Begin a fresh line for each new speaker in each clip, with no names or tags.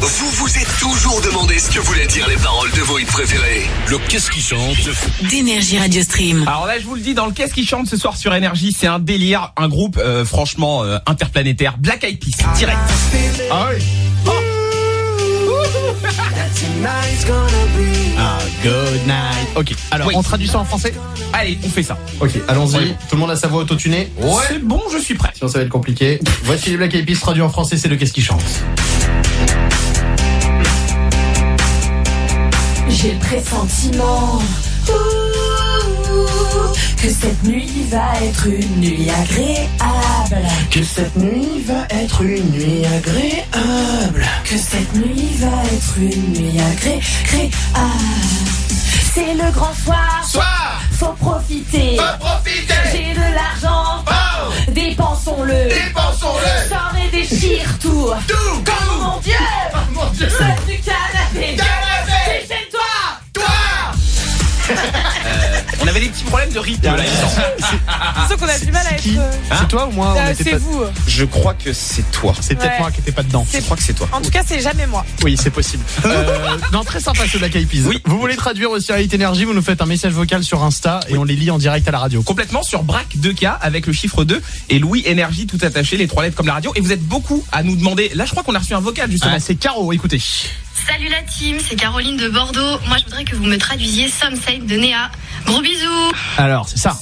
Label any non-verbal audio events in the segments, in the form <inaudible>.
Vous vous êtes toujours demandé ce que voulaient dire les paroles de vos hits préférés. Le qu'est-ce qui chante
d'énergie Radio Stream.
Alors là, je vous le dis, dans le Qu'est-ce qui chante ce soir sur Énergie, c'est un délire, un groupe euh, franchement euh, interplanétaire, Black Eyed Peas, direct. Ah oui.
Good night.
Ok.
Alors,
Oui.
on traduit ça en français
Allez, on fait ça.
Ok, allons-y.
Ouais.
Tout le monde a sa voix autotunée
C'est bon, je suis prêt.
Sinon, ça va être compliqué. Voici les Black Eyed Peas traduits en français, c'est le qu'est-ce qui chante.
J'ai le pressentiment ouh, que cette nuit va être une nuit agréable.
Que cette nuit va être une nuit agréable.
Que cette nuit va être une nuit agréable. C'est le grand soir,
Soir,
faut profiter.
profiter,
J'ai de l'argent,
Oh.
dépensons-le.
dépensons-le,
Sors et déchire tout. Oh
tout,
Mon Dieu,
Oh
mon Dieu,
saute du canapé.
Canapé.
Déchaîne-toi.
toi. On avait des petits problèmes de rythme là. il me semble.
Sauf qu'on a du mal à être. euh,
Hein Bah, C'est toi ou moi
euh, c'est vous.
Je crois que c'est toi.
C'est peut-être
Ouais.
moi qui n'étais pas dedans.
C'est-
Je crois que c'est toi.
En tout cas, c'est jamais moi.
Oui, c'est possible. <laughs> Euh, non, très sympa ce Black Eyed Peas.
Oui.
Vous voulez traduire aussi à Hit Energy, vous nous faites un message vocal sur Insta et on les lit en direct à la radio.
Complètement sur Brac 2K avec le chiffre 2 et Louis Énergie tout attaché, les trois lettres comme la radio. Et vous êtes beaucoup à nous demander. Là, je crois qu'on a reçu un vocal justement.
Ah, c'est Caro, écoutez.
Salut la team, c'est Caroline de Bordeaux. Moi, je voudrais que vous me traduisiez Some Say de Néa. Gros bisous
Alors, c'est ça.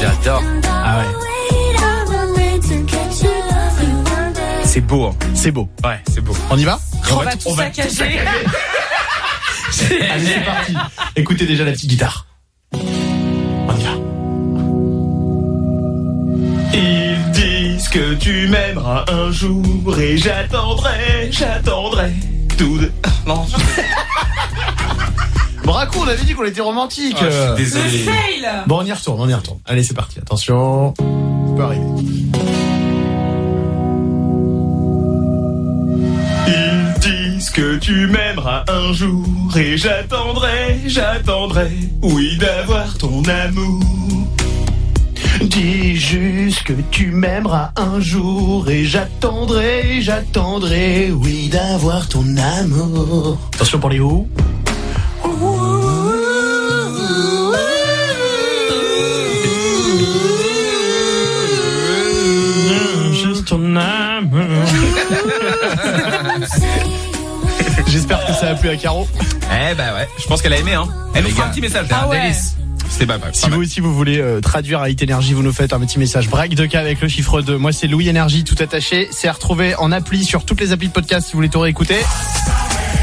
J'adore.
Ah ouais.
C'est beau. hein.
C'est beau.
Ouais, c'est beau.
On
<laughs>
y va
On,
va
va
tout-
tout
on va
saccager.
Allez, c'est parti. Écoutez déjà la petite guitare. On y va.
Ils disent que tu m'aimeras un jour et j'attendrai, j'attendrai tout de... Ah, Non, je
Braco, on avait dit qu'on était romantique.
suis
Le
désolé.
fail.
Bon, on y retourne, on y retourne. Allez, c'est parti. Attention. Ça peut arriver.
Ils disent que tu m'aimeras un jour et j'attendrai, j'attendrai, oui, d'avoir ton amour.
Dis juste que tu m'aimeras un jour et j'attendrai, j'attendrai, oui, d'avoir ton amour. Attention pour les hauts. Juste ton amour. <laughs> J'espère que ça a plu à Caro.
Eh bah ouais, je pense qu'elle a aimé, hein. Elle nous fera un petit message.
Ah ouais.
C'était pas mal.
Si vous aussi vous voulez euh, traduire à Hit Energy, vous nous faites un petit message break de cas avec le chiffre 2. Moi c'est Louis Energy tout attaché. C'est à retrouver en appli sur toutes les applis de podcast si vous voulez tout réécouter.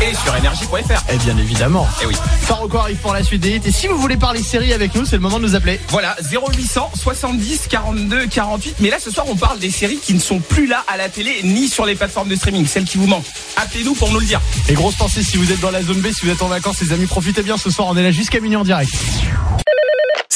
Et sur énergie.fr.
Et bien évidemment.
Eh oui.
Faroco arrive pour la suite des hits. Et si vous voulez parler série avec nous, c'est le moment de nous appeler.
Voilà, 0800 70 42 48. Mais là, ce soir, on parle des séries qui ne sont plus là à la télé ni sur les plateformes de streaming, celles qui vous manquent. Appelez-nous pour nous le dire.
Et grosse pensée si vous êtes dans la zone B, si vous êtes en vacances, les amis, profitez bien. Ce soir on est là jusqu'à minuit en direct.